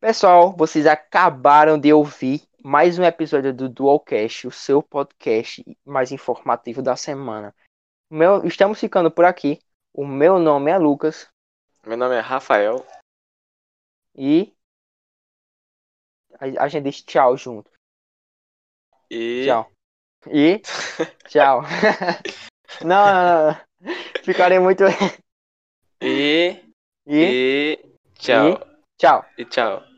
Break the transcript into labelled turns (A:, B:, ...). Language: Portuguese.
A: Pessoal, vocês acabaram de ouvir mais um episódio do Dualcast, o seu podcast mais informativo da semana. Meu- estamos ficando por aqui. O meu nome é Lucas
B: Meu nome é Rafael.
A: e a, a gente diz tchau junto.
B: E.
A: Tchau. E tchau. não, não, não. Ficarei muito.
B: E.
A: E
B: E. Tchau.
A: tchau.
B: E tchau.